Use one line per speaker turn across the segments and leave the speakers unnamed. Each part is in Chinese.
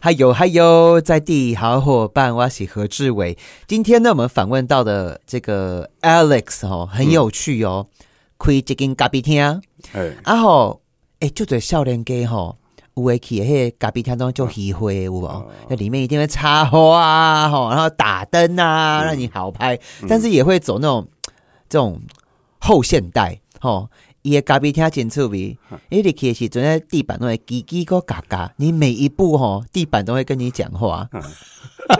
嗨哟嗨哟，在地好伙伴，我是何志伟。今天呢，我们访问到的这个 Alex 哦，很有趣哦，开一间咖啡厅
哎，
啊吼，哎、就做少年家吼。有诶去迄咖啡厅中就喜欢有无？那里面一定会插花啊，吼，然后打灯啊，让你好拍。但是也会走那种这种后现代吼。伊的咖啡厅真趣味，你入去的时阵，那地板都会叽叽个嘎嘎，你每一步吼，地板都会跟你讲话。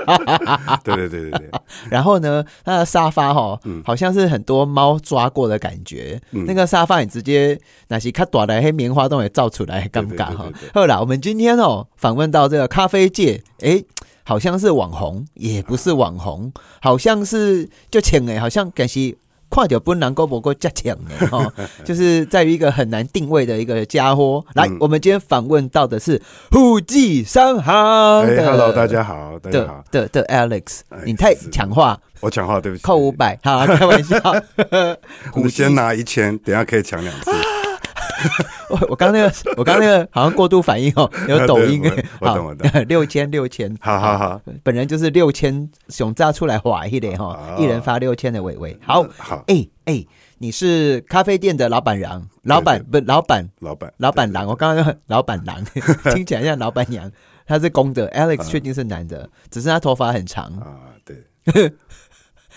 啊
对对对对对，
然后呢，它的沙发哈，好像是很多猫抓过的感觉。那个沙发你直接那些看短的黑棉花都给照出来，尴尬哈
对对对对。
后来我们今天哦，访问到这个咖啡界，诶，好像是网红，也不是网红，好像是就请诶，好像感谢。跨掉不能够不够加强的哈，就是在于一个很难定位的一个家伙。来，我们今天访问到的是户记商行
哎
的
，Hello，大家好，大家
的
好，
的的 Alex，
哎
你太
是
强化，
我讲话对不起，
扣五百，好， 开玩笑。
你先拿一千，等一下可以抢两次，
我我刚那个， 我刚那个好像过度反应哦，有抖音哎
啊对，我我懂我懂
好， 六千六千，
好好好，
本人就是六千熊炸出来划一点哈，
啊
一人发六千的伟伟。好，
好，
哎哎，你是咖啡店的老板娘，老板不老板
老板，
老板郎，我刚刚说 老板 郎听起来像老板娘，他是公的，Alex 确定是男的，只是他头发很长。
嗯啊，对，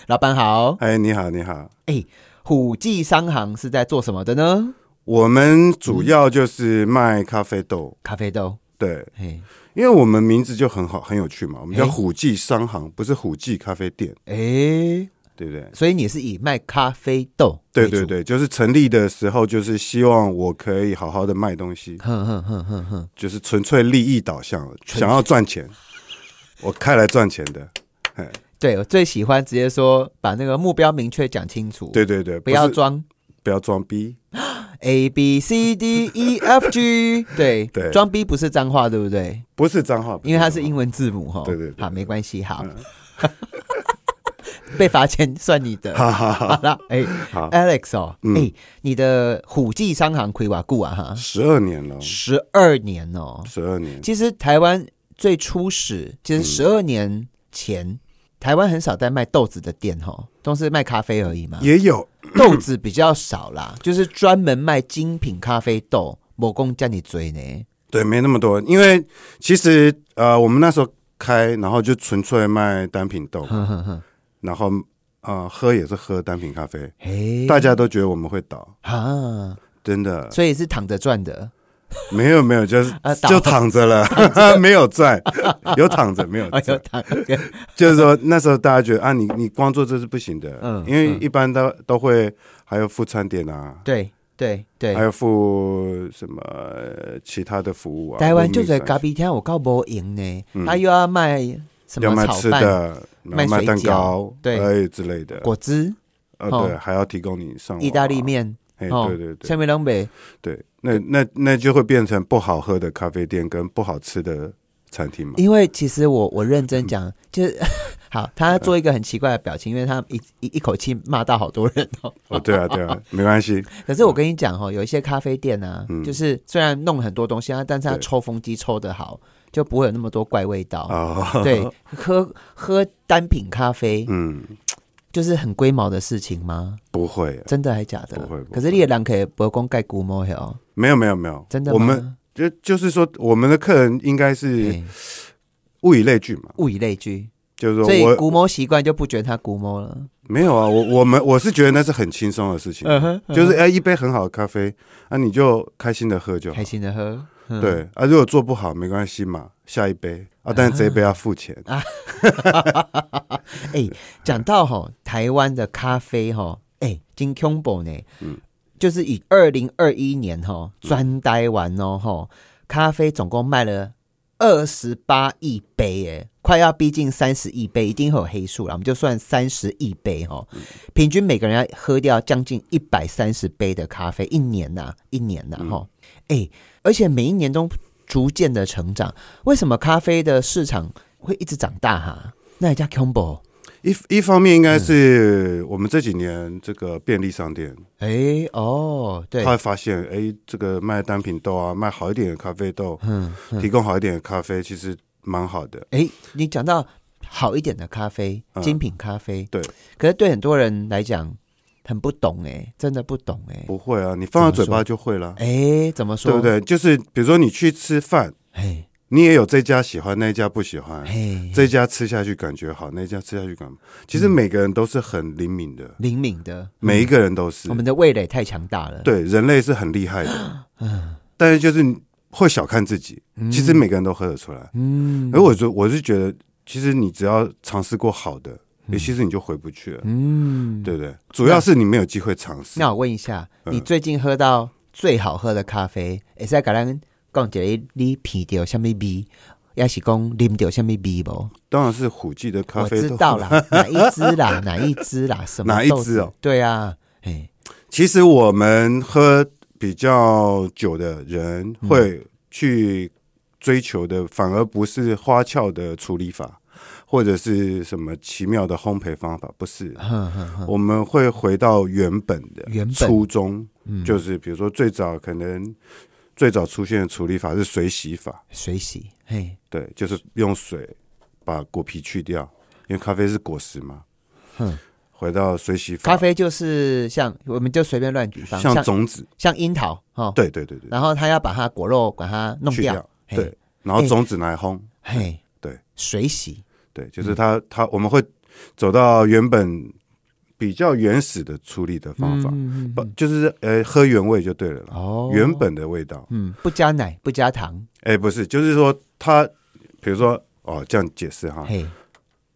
老板好，
哎，你好，你好，
哎，虎记商行是在做什么的呢？
我们
嗯
主要就是卖咖啡豆，
咖啡豆，
对，
嘿。
因为我们名字就很好，很有趣嘛，我们叫
哎
虎记商行，不是虎记咖啡店，
诶，
对不对？
所以你是以卖咖啡豆
对
为
对
主，
对，就是成立的时候，就是希望我可以好好的卖东西，
哼哼哼哼哼，
就是纯粹利益导向了，想要赚钱，我开来赚钱的。
对我最喜欢直接说把那个目标明确讲清楚，，
对对对，
不要
是
装
不要装逼。
A B C D E F G，对，
对
装逼不是脏话，对不对？
不是脏话，
因为它是
为
英文字母哈，
对对对对
好，没关系，好
嗯，
被罚钱算你的，
哈哈哈
好啦，哎
好嗯
，Alex 哦，哎，你的虎记商行亏瓦固啊哈，
十二年了，
十二年哦，
十二年，
其实台湾最初始，其
嗯
实十二年前，台湾很少在卖豆子的店哈，都是卖咖啡而已嘛。
也有
豆子比较少 啦，就是专门卖精品咖啡豆。某公叫你追 呢，
对没那么多，因为其实呃，我们那时候开，然后就纯粹卖单品豆，
哼哼哼，
然后呃，喝也是喝单品咖啡，
嘿，
大家都觉得我们会倒，
啊，
真的
所以是躺着赚 的
没有没有，就是
啊倒
就躺着了， 没有赚，有躺着没有
哎呦，
赚，
躺，
就是说那时候大家觉得啊，你你光做这是不行的，
嗯
因为一般都都会还有副餐点啊，
对对对
还，有付什么呃其他的服务啊？
台湾就
在
在咖啡厅，我告不赢呢，他又要卖什
嗯要
么
卖
炒
吃
饭、
的，然
卖
后卖
水
蛋
饺
糕，
对
哎之类的。
果汁、
呃，
哦
对，还要提供你上网啊
意大利，面，
哎，
哦
对对对
下面东北
对，那那那就会变成不好喝的咖啡店跟不好吃的 餐厅嘛。嗯
因为其实我我认真讲，就是 好，他做一个很奇怪的表情，因为他一一一口气骂到好多人哦。
哦，对啊，对啊，没 关系，
可是我跟你讲哦，有一些咖啡店啊，
嗯
就是虽然弄很多东西啊，但是它
对
抽风机抽的好，就不会有那么多怪味道。
哦，
对，喝喝单品咖啡、
嗯，
就是很龟毛的事情吗？
不会啊，
真的还假的？
不会不会
可是猎人可以不光盖古摸哦，
没有没有没有，
真的吗？
我们就就是说，我们的客人应该是
嘿
物以类聚嘛，
物以类聚，
就是说
所以
我
古摸习惯就不觉得他古摸了。
没有啊，我我们我是觉得那是很轻松的事 情，
嗯哼，
就是哎、一杯很好的咖啡，啊，你就开心的喝就好
开。心的喝。嗯
对啊，如果做不好没关系嘛，下一杯啊，但是这一杯要付钱。
啊哎、讲到哈、台湾的咖啡哈、哎、金 c o m b o 呢，就是以二零二一年哈、专呆完哦哈、咖啡总共卖了二十八亿杯，哎，快要逼近三十亿杯，一定会有黑数了，我们就算三十亿杯哈、平均每个人要喝掉将近一百三十杯的咖啡，一年呐、一年呐、哈、哎、而且每一年都逐渐的成长，为什么咖啡的市场会一直长大哈、那也叫 combo，
一一方面应该
嗯
是我们这几年这个便利商店，
哎哦，对
他，会发现哎，这个卖单品豆啊，卖好一点的咖啡豆，
嗯，
提供好一点的咖啡，其实蛮好的。
哎，你讲到好一点的咖啡，
嗯
精品咖啡，
对，
可是对很多人来讲很不懂哎、真的不懂哎、
不会啊，你放到嘴巴就会了，
哎，怎么说？
对不？对？就是比如说你去吃饭，
嘿，
你也有这家喜欢，那家不喜欢，
嘿，
这家吃下去感觉好，那家吃下去感觉不好其实每个人都是很灵敏的，
灵敏的，
每一个人都是
我。们的味蕾太强大了。，
对，人类是很厉害的，
嗯
但是就是你会小看自己。其实每个人都喝得出来。
嗯
而我觉我是觉得，其实你只要尝试过好的，也其实你就回不去了，
嗯。
对不对？主要是你没有机会尝试。
那我问一下，
嗯
你最近喝到最好喝的咖啡，会使甲咱讲一个你品到什么味，也是讲啉到什么味无？
当然是虎记的咖
我
啡
知
豆。
道啦，哪一支啦，哪一支啦，什么
哪一
豆
支
子
哦？
对啊，哎，
其实我们喝比较久的人
嗯
会去追求的，反而不是花俏的处理法，或者是什么奇妙的烘焙方法，不是。
哼哼哼，
我们会回到原本的
嗯原本嗯
初衷，就是比如说最早可能最早出现的处理法是水洗法，
水洗，嘿，
对，就是用水把果皮去掉，因为咖啡是果实嘛。
哼
回到水洗法，
咖啡就是像我们就随便乱举方，
像
像
种子，
像樱桃哦，
对对对对，
然后他要把它果肉把它弄
去掉，
嘿
对，然后
哎
种子拿来烘，
嘿，
对，
水洗，
对，
嗯
就是它它我们会走到原本比较原始的处理的方法，
嗯嗯
不就是呃喝原味就对了啦，
哦，
原本的味道。
嗯不加奶不加糖，
哎，不是，就是说它，比如说哦，这样解释哈，
嘿，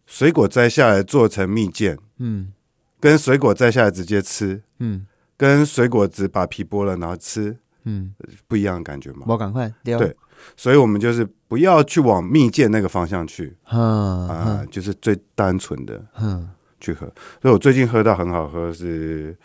水果摘下来做成蜜饯，
嗯
跟水果摘下来直接吃，
嗯
跟水果只把皮剥了然后吃
嗯，
不一样的感觉嘛。
我赶快哦丢，
对所以我们就是不要去往蜜饯那个方向去
嗯
啊、
嗯
就是最单纯的
嗯，
去喝。所以我最近喝到很好喝是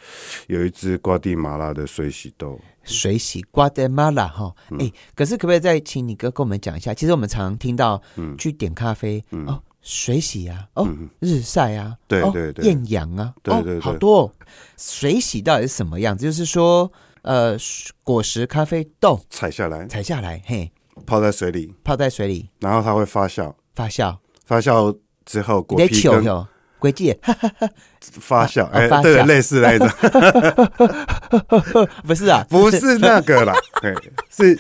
有一支瓜地马拉的水洗豆，
水洗瓜德马拉哈，哎、
嗯
可是可不可以再请你哥跟我们讲一下？其实我们常听到，
嗯
去点咖啡，
嗯
哦，水洗啊，哦，
嗯
日晒啊，
对
哦
对对
艳阳啊，
对
哦
对对
好多、哦。水洗到底是什么样子？就是说，呃，果实咖啡豆
采下来
采下来，嘿，
泡在水里，
泡在水里
然后它会发酵，
发酵，
发酵之后
你
果
得
皮
糗
跟
哟，鬼姐，
发酵，
啊
哎、
发酵
对，类似那一种，
不是啊，
不是那个啦，对， 是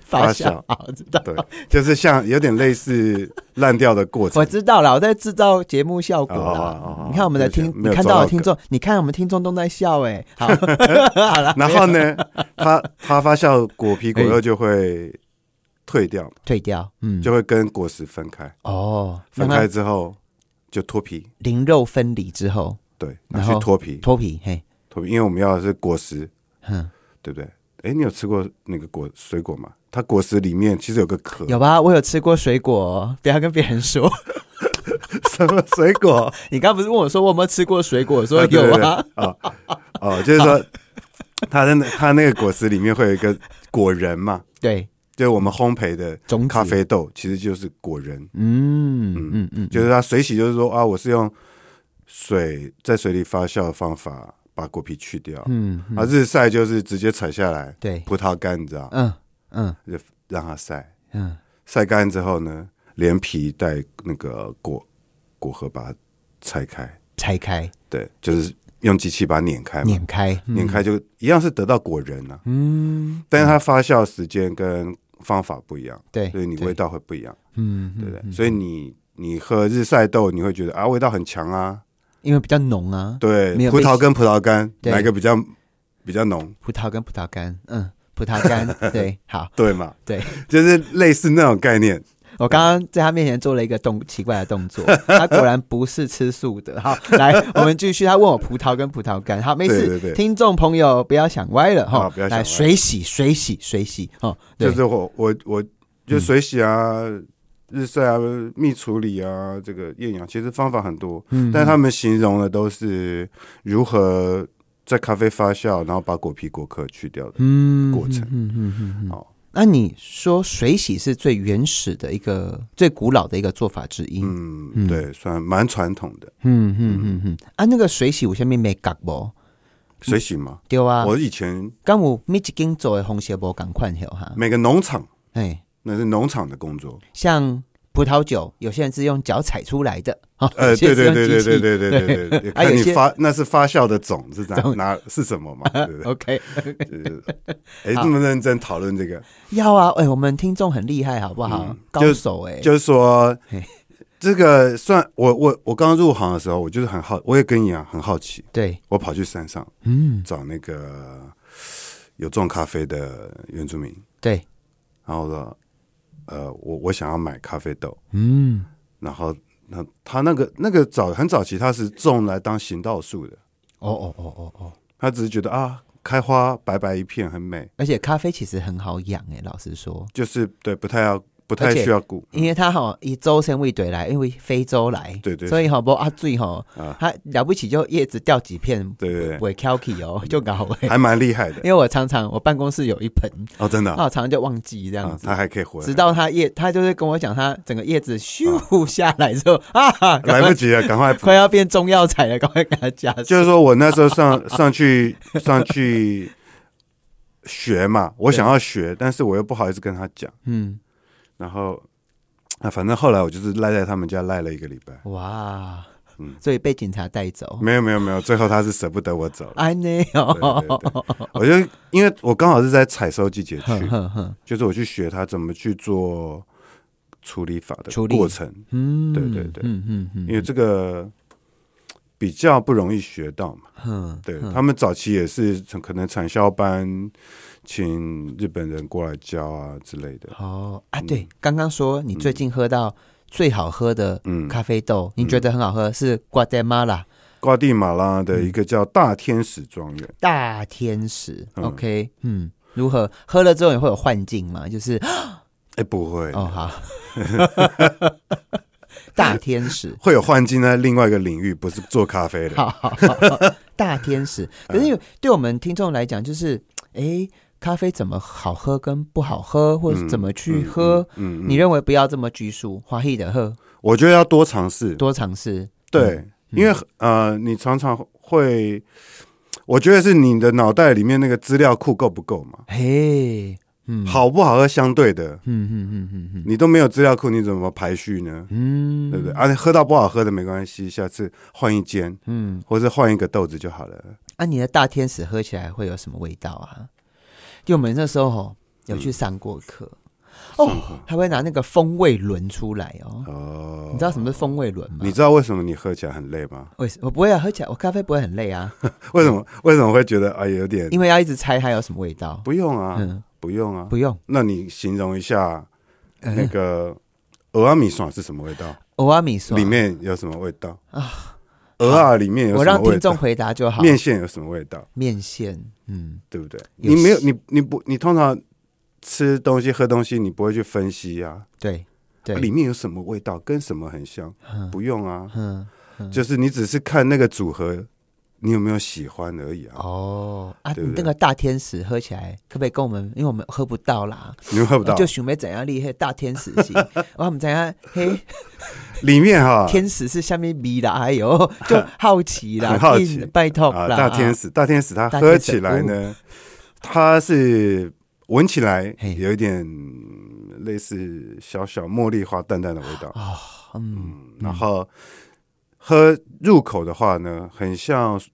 发
发
酵哦
酵，
好，我知道，
对，就是像有点类似烂掉的过
我
程，
知道了，我在制造节目效果
哦
啦。
哦哦
你看我们的听，
对不起没
你
有
看到的
抓到
听众，你看我们听众都在笑哎、 好，好了，
然后呢，它它发酵果皮果
哎
肉就会退掉，
退掉，嗯，
就会跟果实分开，
哦，
分
让
开
它
之后就脱皮，
零肉分离之后
对，拿
然后
去脱皮，
脱皮，嘿，
脱皮，因为我们要的是果实，
嗯，
对不对？哎，你有吃过那个果水果吗？它果实里面其实有个壳，
有吧？我有吃过水果哦，不要跟别人 说。
什么水果？
你刚不是问我说我有没有吃过水果？我说
啊对
有
对对
啊，
哦哦，就是说，它的那它那个果实里面会有一个果仁嘛，
对，
就是我们烘焙的
种子
咖，啡豆，其实就是果仁，
嗯嗯嗯，
就是它水洗，就是说啊，我是用水在水里发酵的方法把果皮去掉，
嗯
啊，日晒就是直接采下来，
对，
葡萄干你知道，
嗯嗯
就让它晒，
嗯，
晒干之后呢，连皮带那个果果核把它拆开，
拆开
对，就是用机器把它碾开嘛，
碾开，嗯
碾开就一样是得到果仁啊，
嗯，
但是它发酵时间跟方法不一样，
对，
所以你味道会不一样，
嗯，
对不
嗯，
对？所以你你喝日晒豆，你会觉得啊味道很强啊，
因为比较浓啊，
对
没有，被
葡萄跟葡萄干
对
哪个比较比较浓？
葡萄跟葡萄干，嗯，葡萄 干，对，好，
对嘛？
对，
就是类似那种概念。
我刚刚在他面前做了一个动奇怪的动 作，他果然不是吃素的。好，来，我们继续。他问我葡萄跟葡萄干，好，没事，
对对对
听众朋友不要想歪了哈
好，不要想
来
歪了
水洗水洗水洗哦，对嗯
就是我我我就水洗啊、日晒啊、蜜处理啊，这个艳阳，其实方法很多，
嗯
但他们形容的都是如何在咖啡发酵，然后把果皮果壳去掉的。
嗯
过程
嗯嗯嗯嗯。
哦
那你说水洗是最原始的一个、最古老的一个做法之一？嗯
嗯，
嗯
对，算蛮传统的
嗯嗯嗯嗯。啊，那个水洗我下面没搞不？
水洗嘛。
对啊，
我以前
刚我每一间做的红鞋无赶款有哈，
每个农场
哎，
那是农场的 工作。
像葡萄酒，有些人是用脚踩出来的，哦，
呃，
有些
对
人是
对
用
对
机
对
器
对对对对 对，
啊
看
有
你
些
发那是发酵的种是哪
种
哪是什么嘛？对 不对？
OK，
就是
啊
哎，这么认真讨论这个，
要啊，哎、我们听众很厉害，好不好？
嗯
高手哎、
就是说
嘿
这个算我我我刚入行的时候，我就是很好，我也跟你一样很好奇，
对，
我跑去山上
嗯，
找那个有种咖啡的原住民，
对，
然后我说，呃，我我想要买咖啡豆，
嗯，
然后那他那个那个早很早期他是种来当行道树的，
哦哦哦哦哦，
他只是觉得啊开花白白一片很美，
而且咖啡其实很好养哎、老实说，
就是对不太要不
而
太
且
需要顾，
因为它哈以周身未对来，因为非洲来，
对对
所以哈不啊最哈
啊，
它了不起就叶子掉几片，
对对嗯
不会挑剔哦，就搞哎、
对， 还蛮厉害的
因为我常常我办公室有一盆，
哦，真的
那
啊，
我常常就忘记这样
啊
子。
他还可以回来，
直到它叶，它就是跟我讲，它整个叶子咻下来之后 啊，哈赶
来
快
不及了，赶快
快要变中药材了，赶快给它加水。
就是说我那时候上 上去上去学嘛，我想要学，但是我又不好意思跟他讲，
嗯，
然后啊，反正后来我就是赖在他们家赖了一个礼拜，
哇，
嗯
所以被警察带走，
没有没有没有，最后他是舍不得我走了。
安内
对对
哦，
对，我就因为我刚好是在采收季节去，
哼哼，
就是我去学他怎么去做处理法的
处理
过程，
嗯，
对对对
嗯嗯嗯，
因为这个比较不容易学到嘛。
哼，
对
哼
他们早期也是可能产销班请日本人过来教啊之类的。
哦啊，
嗯
对，刚刚说你最近喝到最好喝的
嗯，
咖啡豆，你觉得很好喝是瓜地马拉
瓜地马拉的一个叫大天使庄园，
大天使
嗯
，OK，嗯，如何喝了之后你会有幻境吗？就是
哎，不会，
哦 好，大天使。
会有幻境在另外一个领域，不是做咖啡的。
好好好，大天
嗯
使。可是有对我们听众来讲，就是诶，咖啡怎么好喝跟不好喝，或者是怎么去喝，
嗯，嗯
你认为不要这么拘束，华裔的喝，
我觉得要多嗯尝试，
多尝试。嗯
对，因为呃，你常常会，我觉得是你的脑袋里面那个资料库够不够嘛？
嘿，嗯，，
好不好喝相对的，
嗯嗯嗯嗯嗯
你都没有资料库，你怎么排序呢？
嗯，
对不对？而、啊、且喝到不好喝的没关系，下次换一间，
嗯，
或是换一个豆子就好了。
啊，你的大天使喝起来会有什么味道啊？因为我们那时候吼有去上过课，
嗯上课
哦，还会拿那个风味轮出来哦。
哦，
你知道什么是风味轮吗？
你知道为什么你喝起来很累吗？
为什我不会啊，喝起来我咖啡不会很累啊。
为什么为什么会觉得啊有点
因为要一直猜它有什么味道。
不用啊，
嗯，
不用啊？
不用。
那你形容一下
嗯
那个俄阿米爽是什么味道？
欧阿米说
里，面有什么味道啊？鹅啊，里面有
我
什么
让
味
听众
道？
回答就好。
面线有什么味道？
面线，嗯，
对不对？
有
你没有，你你不，你通常吃东西、喝东西，你不会去分析啊，
对对，
里面有什么味道，跟什么很像？
嗯
不用啊，
嗯，
就是你只是看那个组合，你有没有喜欢而已啊。
哦啊，
对不
你
对
那个大天使喝起来可不可以跟我们？因为我们喝不到啦，
你喝不到
就，想要怎样厉害大天使 型，我们怎样嘿
里面哈
天使是下面咪啦，哎 呦，就好奇啦，
很好奇
硬拜托
啊，
啦，
大天使，大天使它
大天使哦
喝起来 呢，它是闻起来
嘿
有一点类似小小茉莉花淡淡的味道。
啊，嗯，
嗯，然后喝入口的话呢，很像嘖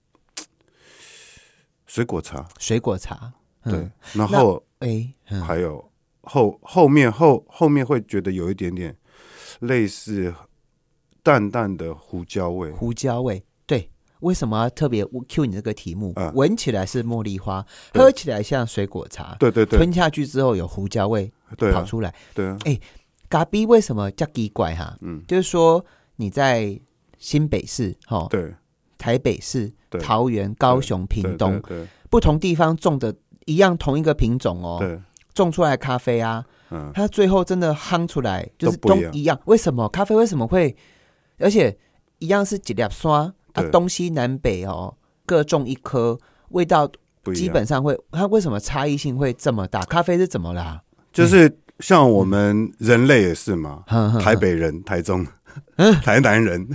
水果茶，
水果茶，嗯
对，，然后
哎，嗯
还有后后面后后面会觉得有一点点类似淡淡的胡椒味，
胡椒味。对，为什么要特别 Q 你这个题目
嗯？
闻、起来是茉莉花，
对
喝起来像水果茶，
对对对
吞下去之后有胡椒味
对
跑
啊
出哦来。
对啊，
嘎逼为什么叫鸡怪哈？
嗯
就是说你在新北市、哈
对
台北市、
对，
桃园、高雄、
对
屏东
对
不同地方种的一样同一个品种
对
哦，
对，
种出来的咖啡啊，
嗯，
它最后真的夯出来就是
都不
都
一样
一样。为什么咖啡为什么会？而且一样是几粒刷，它
对
东西南北哦各种一颗，味道
不一样
基本嗯上会它为什么差异性会这么大？咖啡是怎么啦？
就是像我们人类也是嘛，
哼哼
台北人、台中、
嗯
台 南人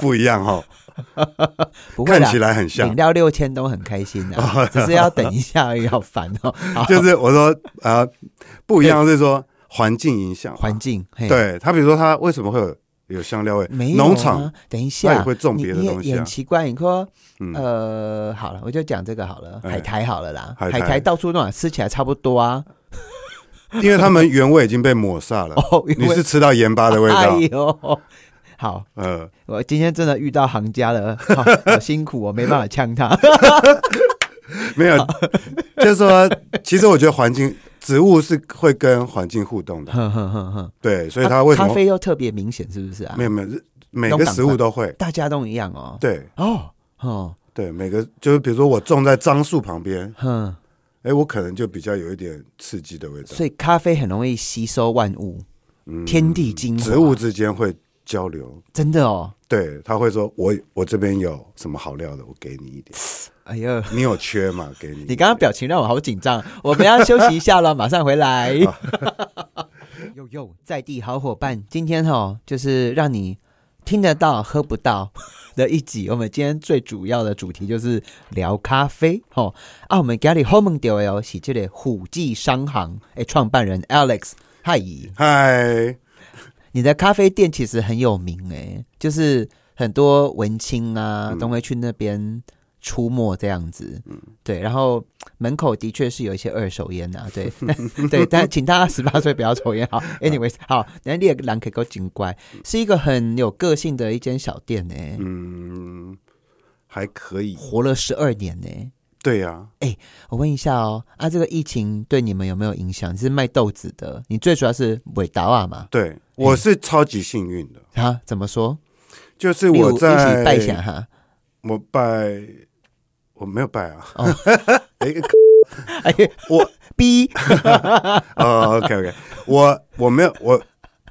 不一样哈，
不会
看
啦
起。来很像
饮。料六千都很开心啊的、 只是要等一下而已，好烦哦。好
就是我说啊、呃不一样是说环境影响啊、
环境，嘿，
对它，比如说它为什么会有有香料味？
没有啊
农场，
等一
它也
下
会种
你
别的
你也
东西啊
很。奇怪，你说
嗯，
呃，好了，我就讲这个好了，
哎
海苔好了啦，
海
海
苔
苔到处乱吃起来差不多啊。
因为它们原味已经被抹煞了，
哦，因
嗯你
为
是吃到盐巴的味道
哎。呦，好，
呃，
我今天真的遇到行家了，好好辛苦，我没办法呛 他。
没有，就是说，其实我觉得环境植物是会跟环境互动的，
哼哼哼哼，
对，所以它为什
啊咖
么
啡又特别明显，是不是啊
没？有没有每个食物都会，
大家都一样哦。
对
哦，哦，
对，每个就是比如说我种在樟树旁边，
哼，
哎，我可能就比较有一点刺激的味道。
所以咖啡很容易吸收万物，
嗯
天地精华
植物之间会交流，
真的哦。
对，他会说我我这边有什么好料的，我给你 一点，
哎呦，
你有缺吗？给你
你。刚刚表情让我好紧张，我们要休息一下了，马上回来。 呦呦，在地好伙伴，今天哈、就是让你听得到喝不到的一集。我们今天最主要的主题就是聊咖啡哈、哦、啊，我们家里后门丢哦，是这个虎记商行诶，创办人 Alex。嗨，
嗨，
你的咖啡店其实很有名诶，就是很多文青啊、
嗯
都会去那边出没这样子。对，然后门口的确是有一些二手烟啊， 对，但对，但请大家十八岁不要抽烟好。Anyways，好，那列兰可够精乖，是一个很有个性的一间小店呢、
嗯，还可以，
活了十二年呢、
对啊呀、
我问一下哦，啊，这个疫情对你们有没有影响？你是卖豆子的，你最主要是尾达啊嘛？
对，我是超级幸运的，
啊，怎么说？
就是我
例如一
在
起拜下哈，
我拜，我没有拜啊。
哦
哎、
哎呀，
我
逼。
哦，OK OK，我我没有我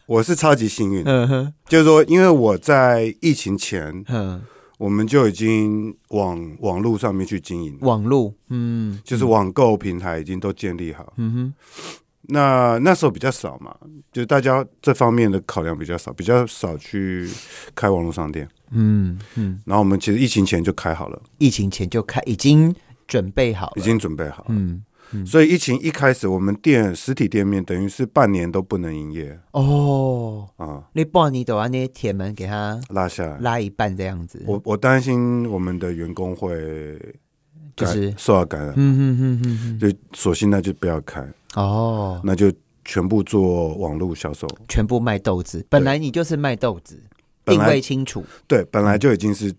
我是超级幸运的，
嗯哼，
就是说，因为我在疫情前，
嗯，
我们就已经往网络上面去经营了，
网路，嗯
就是网购平台已经都建立好。
嗯哼，
那那时候比较少嘛，就是大家这方面的考量比较少，比较少去开网络商店。
嗯嗯，
然后我们其实疫情前就开好了，
疫情前就开，已经准备好了，
已，经准备好了。
嗯，
所以疫情一开始，我们店实体店面等于是半年都不能营业
哦，
啊、
你半年都安那铁门给他
拉下来。
拉一半这样子，
我我担心我们的员工会
就
感
是，
受到感染，
嗯哼哼哼
就索性那就不要开，
哼，哦，
那就全部做网络销售。
全部卖豆子，本来你就是卖豆子，
本
定
来
位清楚，
对，本来就已经是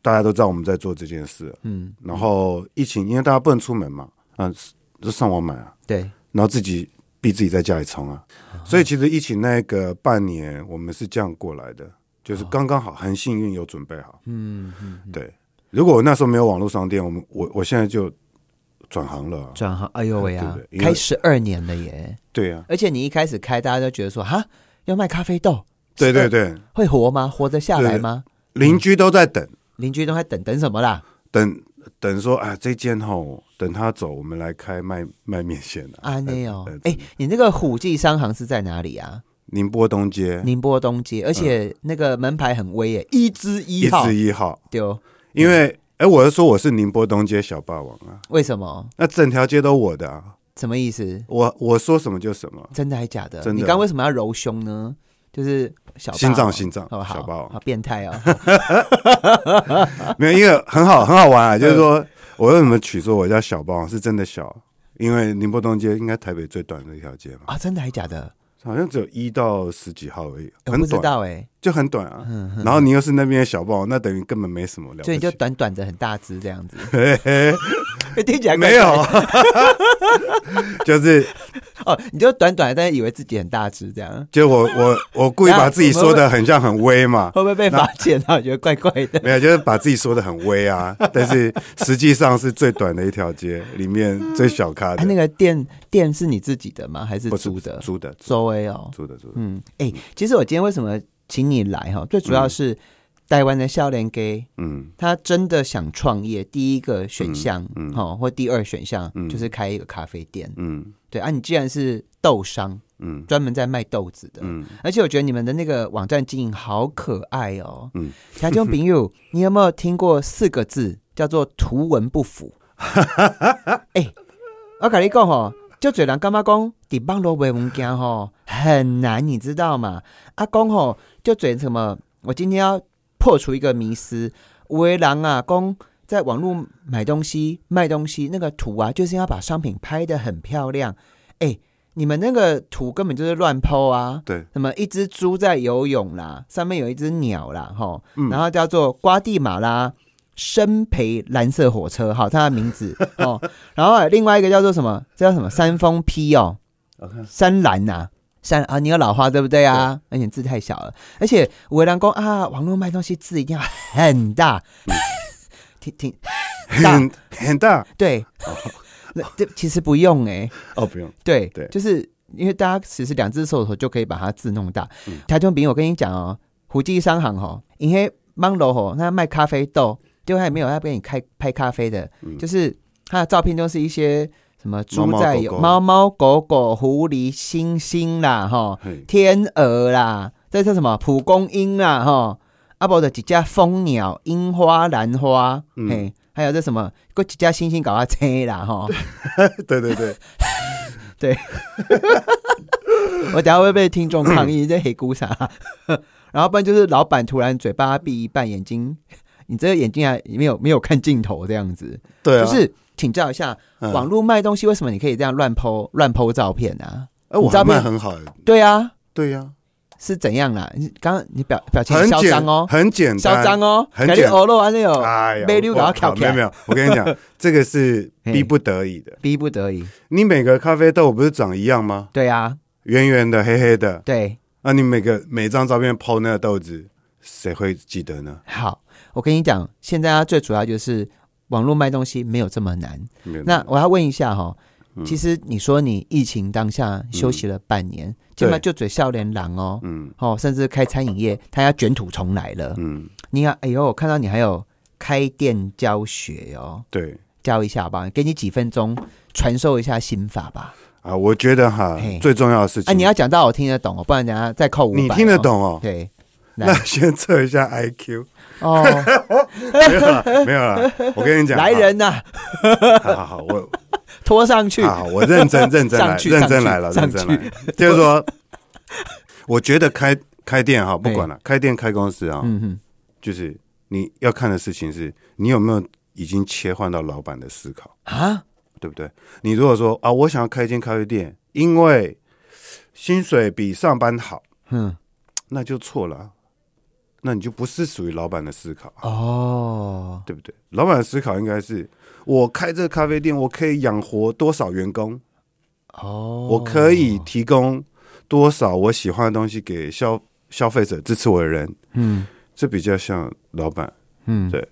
大家都知道我们在做这件事了，
嗯，
然后疫情因为大家不能出门嘛，嗯、就上网买啊，
对，
然后自己逼自己在家里冲啊，所以其实疫情那个半年我们是这样过来的，就是刚刚好，很幸运有准备好。
啊嗯，
对，如果我那时候没有网络商店，我们我我现在就转行了啊、
转行，哎呦喂啊
对对，因为
开十二年了耶，
对啊呀、
而且你一开始开，大家都觉得说哈，要卖咖啡豆，
对对
12
对，
会活吗？活得下来
对
吗？
邻居都在等
邻居都还等等什么啦？
等等说，啊，这间吼，等他走，我们来开卖卖面线的、啊。
啊，那哦
呃，
哎、你那个虎记商行是在哪里啊？
宁波东街
宁波东街，而且那个门牌很威耶，一之一号嗯
嗯至一号，
丢，
因为哎、我是说我是宁波东街小霸王啊，
为什么？
那整条街都我的啊，
什么意思？
我我说什么就什么，
真的还假的？
真的
你刚为什么要揉胸呢？就是小霸王
心脏心脏
哦，好
小霸王
好变态哦，
没有一个很好很好玩 啊，就是说我为什么取说我叫小霸王，是真的小，因为宁波东街应该台北最短的一条街嘛，
啊，真的还假的？
好像只有一到十几号而已，
我
很
不知
短，
道哎，
就很短啊。然后你又是那边的小霸王，那等于根本没什么了不
所以你就
起。
短短的很大只这 样子，欸听起来怪怪
没有， 就是
哦，你就短短的，但是以为自己很大只这样，
就我我我故意把自己说的很像很威嘛，
会不会被发现啊？觉得怪怪 的。
没有，就是把自己说的很威啊，但是实际上是最短的一条街里面最小咖
啊，那
的，
个店店是你自己的吗？还是
不是
租的？
租的
周 A 哦，
租的租的，
嗯，哎、其实我今天为什么请你来哈，最主要是台湾的笑脸给
嗯
他真的想创业，第一个选项，
嗯嗯
哈、或第二选项、
嗯
就是开一个咖啡店。
嗯
对啊，你既然是豆商，
嗯
专门在卖豆子的，
嗯，
而且我觉得你们的那个网站经营好可爱哦。嗯
嗯，
台中朋友，你有没有听过四个字叫做“图文不符”？ 哦哎、我跟你讲吼，就嘴人干嘛讲？伫网络卖物件吼，很难，你知道吗？阿公吼就嘴什么，我今天要破除一个迷思，为狼啊公。在网络买东西、卖东西，那个图啊，就是要把商品拍得很漂亮。哎，你们那个图根本就是乱剖啊！
对，
那么一只猪在游泳啦，上面有一只鸟啦，吼，
嗯
然后叫做瓜地马拉生培蓝色火车，好，它的名字 哦。然后另外一个叫做什么？这叫什么？山峰 P 哦，山蓝呐、山啊，你有老花对不对啊？而且字太小了，而且维良公啊，网络卖东西字一定要很大， 挺挺大，
很 很大
对，那这其实不用哎、
哦，不用，
对
对
就是因为大家其实两只手头就可以把它字弄大。台中饼，我跟你讲哦，胡记商行哦，因为芒楼吼，他卖咖啡豆，结果他也没有要给你开拍咖啡的，
嗯
就是他的照片都是一些什么猪在有
猫
猫猫狗狗、狐狸、猩猩啦，哈，
嘿，
天鹅啦，这是什么蒲公英啦，哈，啊不的几只蜂鸟、樱花、兰花，
嗯
嘿，还有这什么，过几只星星搞啊车啦，哈。
对对 对，
我等下会被听众抗议这黑姑啥， 然后不然就是老板突然嘴巴闭一半，眼睛，你这个眼睛还没有没有看镜头这样子，
对啊，
就是请教一下，
嗯
网络卖东西为什么你可以这样乱剖乱剖照片啊？
哎，我
你知道
还卖
吗
很好欸，
对啊，
对呀，
是怎样啦？你刚刚你表表情
很
嚣张
简
哦，
很简
嚣
单
张，哦，
很
感觉
简
欧肉啊那有
哎呀，
被溜
我
搞翘起
没有
来
没有，我跟 你讲，这个是
嘿
逼不得已的。
逼不得已，
你每个咖啡豆不是长一样吗？
对啊，
圆圆的、黑黑的，
对，
那你每个每张照片抛那个豆子，谁会记得呢？
好，我跟你讲，现在啊它最主要就是网络卖东西没有这么难。
没有
那我要问一下哈、
嗯
其实你说你疫情当下休息了半年，基本上就嘴笑脸狼哦，
嗯
哦，甚至开餐饮业，他要卷土重来了。
嗯，
你看，哎呦，我看到你还有开店教学哦，
对
教一下吧，给你几分钟传授一下心法吧。
啊，我觉得哈
嘿，
最重要的事
哎、
情，
你要讲到我听得懂哦，不然等下再扣五百、
你听得？懂哦。
对，来
那先测一下 IQ，
哦，
没有啦，没有啦。我跟你讲，
来人呐、
好，好好好，我
拖上去。
好，我认 真认真来，
上去
认真来了，
上
认
去
真来了。就是 说，我觉得开开店哈，不管了，开店开公司啊，
嗯哼，
就是你要看的事情是你有没有已经切换到老板的思考，
啊，
对不对？你如果说啊，我想要开一间咖啡店，因为薪水比上班好，
嗯，
那就错了啊，那你就不是属于老板的思考啊，
哦，
对不对？老板的思考应该是我开这个咖啡店，我可以养活多少员工，
哦，
我可以提供多少我喜欢的东西给消消费者，支持我的人，
嗯
这比较像老板。
嗯，
对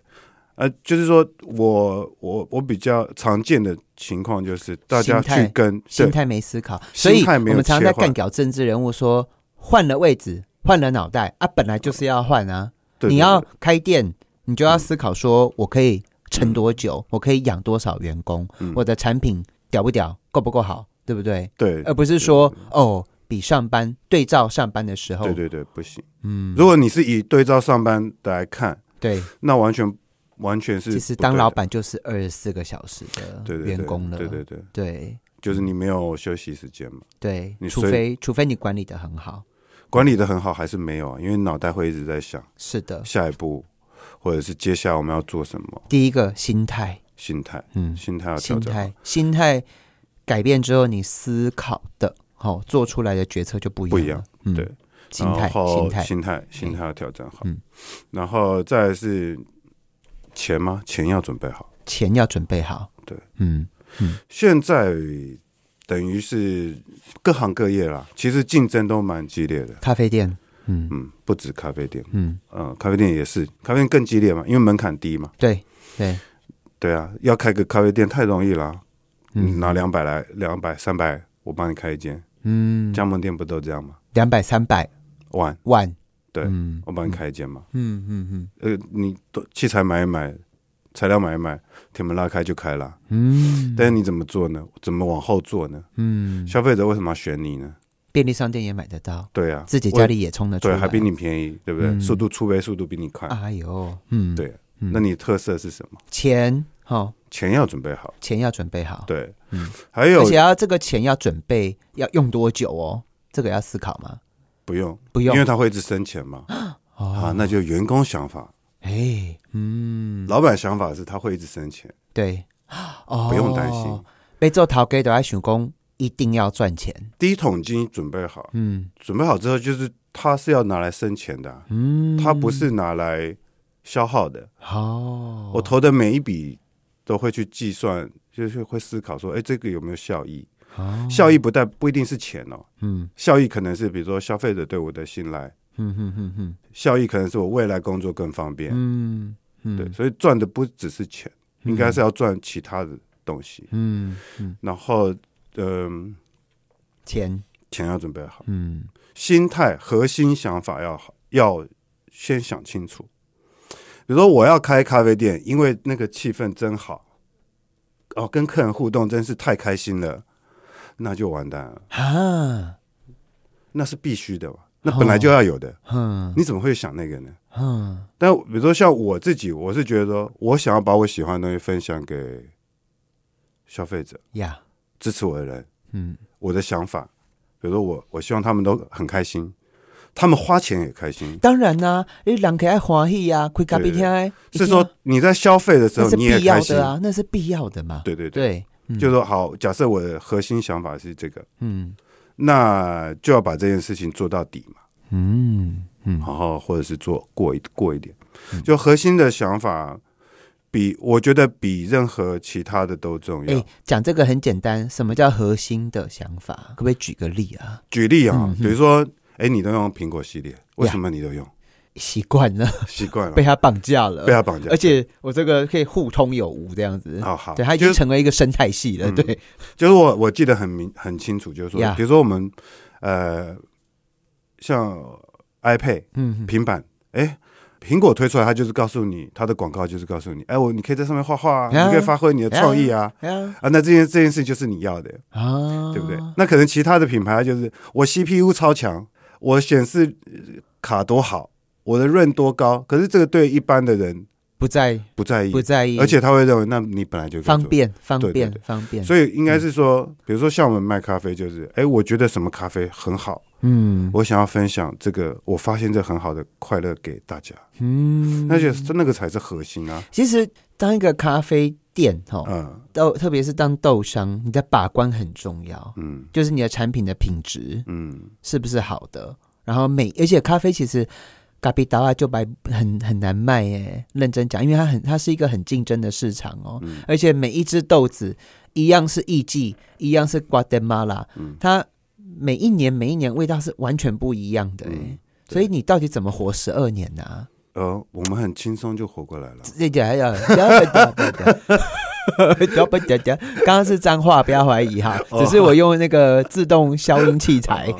呃，就是说我我我比较常见的情况就是大家
心态
去跟
心
对
态没思考，所
心
以
态
我
没有
们常常在
切换
干搞政治人物说换了位置，换了脑袋啊，本来就是要换啊。
对
你
对
要
对
开店，你就要思考说，我可以撑多久，我可以养多少员工，
嗯
我的产品屌不屌，够不够好，对不对？
对
而不是说哦，比上班对照上班的时候，
对对对不行。
嗯，
如果你是以对照上班的来看，
对，
那完全完全是
其实
不
当
对
老
的
板就是二十四个小时的
对对对
员工了，
对对对，
对
就是你没有休息时间嘛，
对
你
除
所以
非除非你管理的很好，
管理的很好还是没有啊？因为脑袋会一直在想
是的。
下一步或者是接下来我们要做什么，
第一个心态，
心态
嗯，
心态要啊调
心
整好
态，心态改变之后，你思考的，好、做出来的决策就不一样了。
不一样
嗯，
对，
心态，
然后
心态，
心态，心态要调整好。
嗯
然后再来是钱吗？钱要准备好。
钱要准备好。
对，
嗯，
现在等于是各行各业啦，其实竞争都蛮激烈的。
咖啡店，嗯
嗯，不止咖啡店，
嗯，
嗯，咖啡店也是，咖啡店更激烈嘛，因为门槛低嘛。
对对，
对啊，要开个咖啡店太容易啦，
嗯
嗯、拿两百来，两百、三百，我帮你开一间。
嗯，
加盟店不都这样吗？
两百三百
万，
万，
对
嗯
我帮你开一间嘛。
嗯嗯嗯
呃，你都器材买一买，材料买一买，铁门拉开就开了。
嗯
但是你怎么做呢？怎么往后做呢？
嗯，
消费者为什么要选你呢？
便利商店也买得到，
对啊，
自己家里也冲得出
对，啊
来，
还比你便宜，对不对？
嗯
速度出杯速度比你快，
哎呦，嗯，
对。啊
嗯
那你特色是什么？
钱，哦，
钱要准备好，
钱要准备好，
对
嗯，
还有
而且要这个钱要准备要用多久哦？这个要思考吗？
不用，
不用哦
因为他会一直生钱嘛。啊，那就员工想法，
哎，嗯，
老板想法是他会一直生钱，
对，哦，
不用担心。。
被做头家都要想讲，一定要赚钱。
第一桶金准备好，
嗯
准备好之后就是他是要拿来生钱的啊、
嗯，
他不是拿来消耗的。
哦，
我投的每一笔都会去计算，就是会思考说，哎，这个有没有效益？
哦
效益不但不一定是钱哦，
嗯
效益可能是比如说消费者对我的信赖，
嗯嗯嗯嗯
效益可能是我未来工作更方便。
嗯嗯，
对，，所以赚的不只是钱，应该是要赚其他的东西。
嗯嗯，
然后，嗯、
钱，
钱要准备好，
嗯
心态、核心想法要好，要先想清楚。比如说，我要开咖啡店，因为那个气氛真好，哦，跟客人互动真是太开心了，那就完蛋了，
啊，
那是必须的吧？那本来就要有的，
嗯
你怎么会想那个呢？
嗯
但比如说像我自己，我是觉得说我想要把我喜欢的东西分享给消费者，
呀，
支持我的人，
嗯
我的想法，比如说我，我希望他们都很开心，他们花钱也开心。
当然啦，你人客爱欢喜啊，开咖啡厅的，
是说你在消费的时
啊那
候
是
你也
必
开
要
心，
的啊，那是必要的嘛。
对对对，
对，嗯
就说好，假设我的核心想法是这个，
嗯
那就要把这件事情做到底嘛，
嗯嗯
然后或者是做过一过一点，就核心的想法比我觉得比任何其他的都重要。
哎，讲这个很简单，什么叫核心的想法？可不可以举个例啊？
举例啊，比如说，哎，你都用苹果系列，为什么你 都用？
习惯了，
习惯了
被，他绑架了，
嗯被他绑架
呃而。且我这个可以互通有无这样子。
好好，
对，它已
就
经
是
成为一个生态系了。
嗯
对，
就是我我记得很明很清楚，就是说
Yeah
比如说我们呃，像 iPad
嗯，
平板，哎，苹果推出来，它就是告诉你它的广告就是告诉你，哎，我你可以在上面画画啊，
Yeah
你可以发挥你的创意啊。
哎呀
啊，那这件这件事就是你要的，
啊，
对不对？那可能其他的品牌它就是我 CPU 超强，我显示呃卡多好，我的润多高，可是这个对一般的人
不在
不在意
不，在意，
而且他会认为那你本来就可以
方
做。
便方
对对
便
对
方便。
所以应该是说，比如说像我们卖咖啡，就是哎，我觉得什么咖啡很好，
嗯
我想要分享这个，我发现这很好的快乐给大家，
嗯，
那就是那个才是核心啊。
其实当一个咖啡店哈，
嗯
豆特别是当豆商，你的把关很重要，
嗯
就是你的产品的品质
嗯，
是不是好的，然后每而且咖啡其实。咖啡达啊，就白很很难卖耶，认真讲，因为它很它是一个很竞争的市场哦，而且每一只豆子一样是艺妓，一样是瓜德马拉，它每一年每一年味道是完全不一样的耶、
嗯对
所以你到底怎么活十二年呢、啊？
呃，我们很轻松就活过来了。
这讲要不要不要不要讲，刚刚是脏话，不要怀疑哈，只是我用那个自动消音器材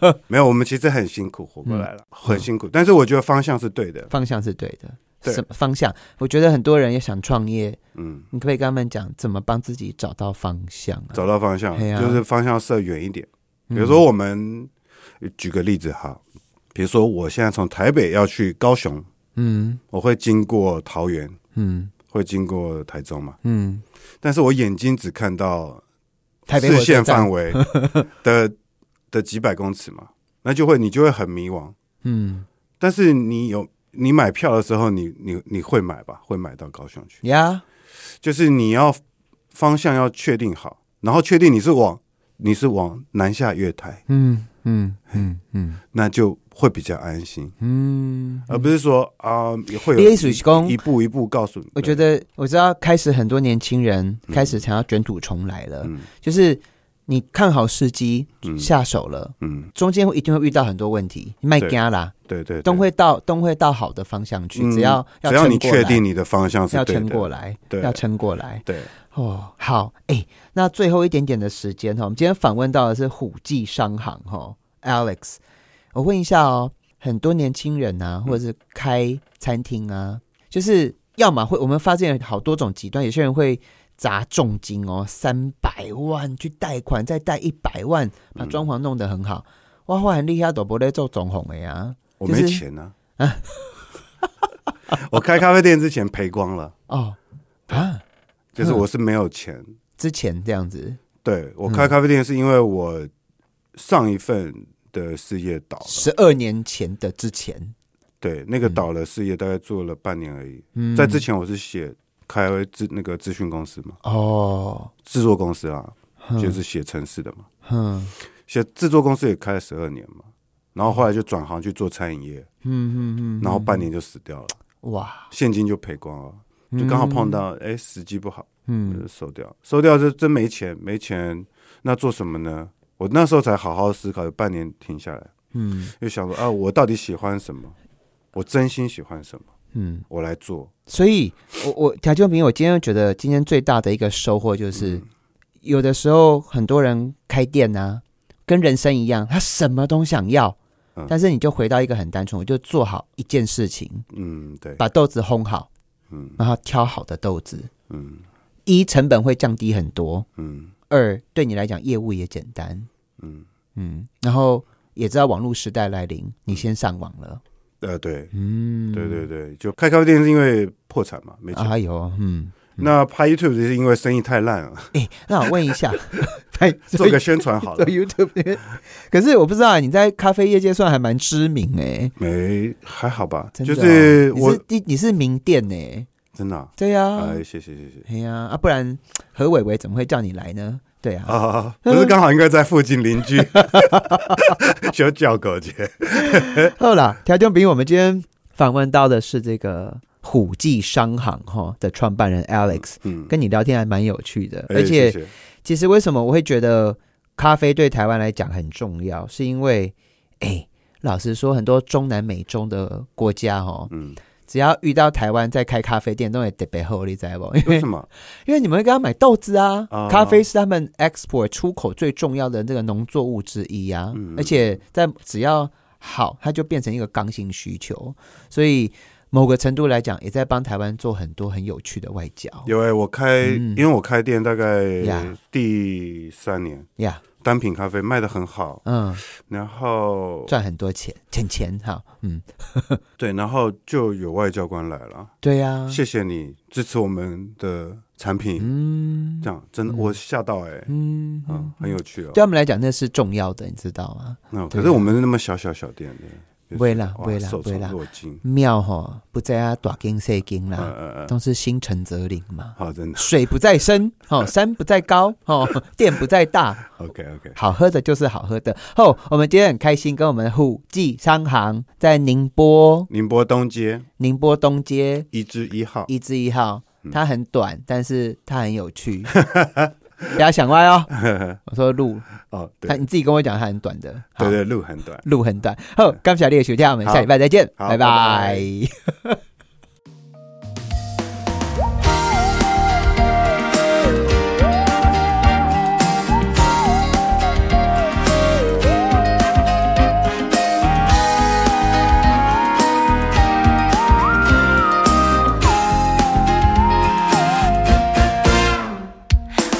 哦没有，我们其实很辛苦活过来
嗯
了，很辛苦。但是我觉得方向是对的。
方向是对的。
对
什么方向？我觉得很多人也想创业，
嗯，
你可不可以跟他们讲怎么帮自己找到方向啊？
找到方向
嘿啊
就是方向设远一点。比
嗯
如说，我们呃举个例子哈，比如说我现在从台北要去高雄，
嗯
我会经过桃园，
嗯
会经过台中嘛，
嗯，
但是我眼睛只看到
台北火
视
车
线
站
范围的 的几百公尺嘛，那就会你就会很迷惘。
嗯
但是你有你买票的时候你，你你会买吧？会买到高雄去，
呀，
就是你要方向要确定好，然后确定你是往你是往南下月台，
嗯嗯嗯嗯
那就会比较安心，
嗯，
而不是说啊、也会
你
有
的意思是说
一一步一步告诉你。
我觉得我知道，开始很多年轻人
嗯
开始想要卷土重来了，就是你看好时机
嗯
下手了。
嗯，
中间会一定会遇到很多问题，你卖家啦，
对对对，
都会到都会到好的方向去，
嗯
只要要
只要你
撑过
确
来
定你的方向是
要
对
撑
的，
过来，
对
要撑过来。
对，
哦，好，哎、那最后一点点的时间哦哈，我们今天访问到的是虎记商行哈，Alex，我问一下哦，很多年轻人啊，或者是开餐厅啊，就是要么会我们发现好多种极端，有些人会砸重金哦，三百万去贷款，再贷一百万，
嗯
把装潢弄得很好。哇，我很厉害，都不在做总红的呀、
我
就是
没钱啊。 我开咖啡店之前赔光了，
哦啊，
就是我是没有钱。
之前这样子，
对我开咖啡店是因为我上一份的事业倒了，
十二年前的之前，
对，那个倒了事业大概做了半年而已。
嗯
在之前我是写开资那个咨询公司嘛，
哦，
制作公司啊，
嗯
就是写城市的嘛，
哼，
写制作公司也开了十二年嘛，然后后来就转行去做餐饮业，
嗯嗯
然后半年就死掉了，
嗯，哇，
现金就赔光了。就刚好碰到，哎、时机不好，
嗯
就收掉，收掉就真没钱，没钱，那做什么呢？我那时候才好好思考，有半年停下来，
嗯
就想说啊，我到底喜欢什么？我真心喜欢什么？
嗯，
我来做。
所以我我条件平，我今天觉得今天最大的一个收获就是，
嗯
有的时候很多人开店啊，跟人生一样，他什么都想要
嗯。
但是你就回到一个很单纯，我就做好一件事情，
嗯，对，
把豆子烘好，
嗯
然后挑好的豆子，
嗯
一成本会降低很多，
嗯
二对你来讲业务也简单，
嗯，
嗯，然后也知道网络时代来临，你先上网了，
呃，对
嗯，
对对对，就开咖啡店是因为破产嘛，没钱。
哎呦，嗯，
那拍 YouTube 就是因为生意太 烂了，
哎、那我问一 下，拍
做 个宣传好
做
了。
YouTube，那 边可是我不知道你在咖啡业界算还蛮知名哎、
没还好吧，
真的
就
哦、
是
你
我
是你你是名店呢、
真的啊，
对呀、
哎，谢谢谢谢
哎呀啊，不然何伟伟怎么会叫你来呢？对啊，
啊，不是刚好应该在附近邻居，小叫狗姐，
好啦，条件比我们今天访问到的是这个虎记商行哈的创办人 Alex，
嗯，
跟你聊天还蛮有趣的，
哎
而且
谢谢
其实为什么我会觉得咖啡对台湾来讲很重要，是因为，哎，老实说，很多中南美洲的国家哦，
嗯，
只要遇到台湾在开咖啡店，都会特别厚，你知道不？因
为
为
什么？
因为你们会跟他买豆子啊，
啊
咖啡是他们 export 出口最重要的这个农作物之一啊，
嗯
而且在只要好，它就变成一个刚性需求，所以某个程度来讲，也在帮台湾做很多很有趣的外交
有哎、我开，
嗯
因为我开店大
呀
概第三年，
呀
单品咖啡卖的很好，
嗯，
然后
赚很多钱，钱钱哈，嗯，
对，然后就有外教官来了，
对呀、
谢谢你支持我们的产品，
嗯
这样真的我吓到哎、
嗯，
嗯，很有趣哦
对。他们来讲那是重要的，你知道吗？
那
对啊
可是我们是那么小小小店的，就是
为了
哇
为了
受
为
宠
了
若惊，
庙哈不在啊，大金细金
嗯
啦，
嗯嗯，
都是心诚则灵嘛。
好，真的
水不在深， 哦，山不在高，哦，店不在大，
，OK OK，
好喝的就是好喝的。哦，我们今天很开心，跟我们虎记商行在宁波
宁波东街
宁波东街
一至一号，
一至一号，
嗯
它很短，但是它很有 趣。不要想歪哦，我说路，
哦，
他
对
你自己跟我讲它很短的，好
对对，路很短。
路很短。好，感谢你的收听，我们下礼拜再见，
好
拜
拜
拜。
拜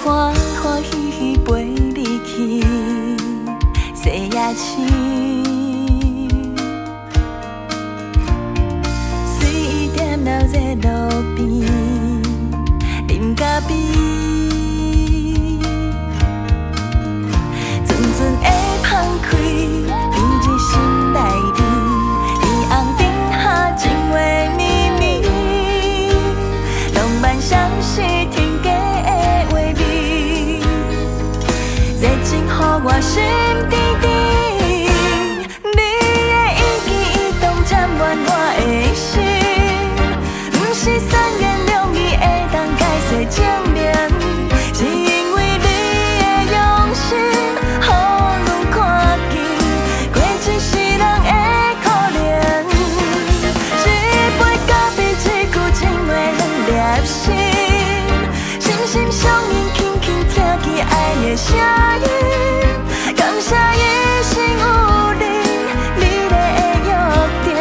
欢欢喜喜陪你去西雅市，水点流在路边，饮咖啡。阵阵的香开，你一心内面，天红顶下情话绵绵，浪漫像是天价的画面，热情予我心甜甜。你的一举一动占满我的心，不是三言两语会当解释证明，是因为你的用心，予阮看见，过一世人的可怜。一杯咖啡，一句情话，很热心，心心相印，轻轻听见爱的声音，感谢一生有你，美丽的约定，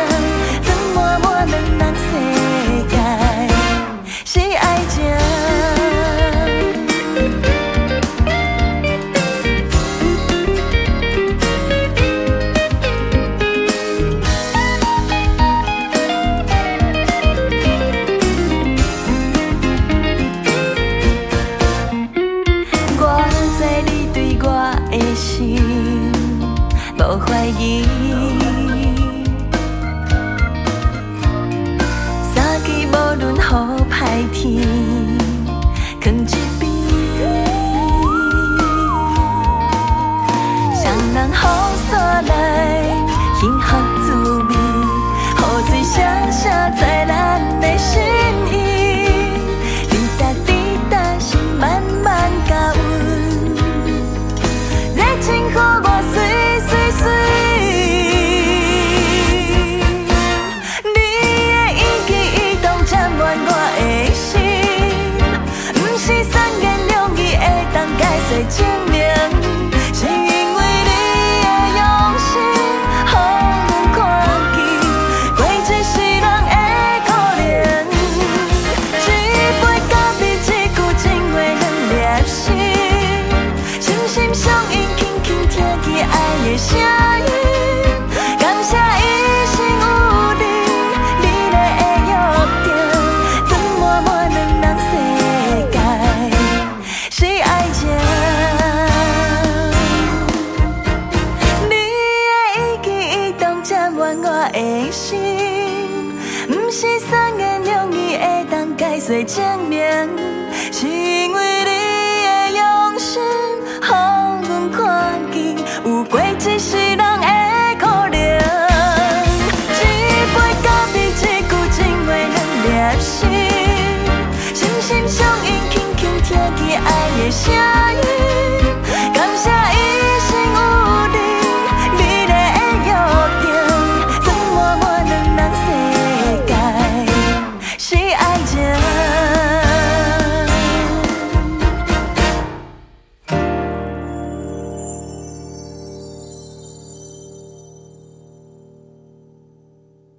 装满我两人世界，是爱情。我知你对幸福滋味，雨水写写在咱的心意。滴答滴答，心慢慢甲阮。热情予我水水水，你的一举一动沾满我的心，不是三言两语会当解释证明，是因为你的用心，予阮看见，过一世人的可能，一杯咖啡，一句情话，两颗心。心心相印，轻轻听见爱的声音。感谢一生有你，美丽的约定，装满满两人世界是爱情。你的一举一动占满我的心，不是三言两语会当解释证明，是因为你的用心，予阮看见有过一世人的可能。一杯咖啡，一句情话，两颗心，心心相印，轻轻听见爱的声音。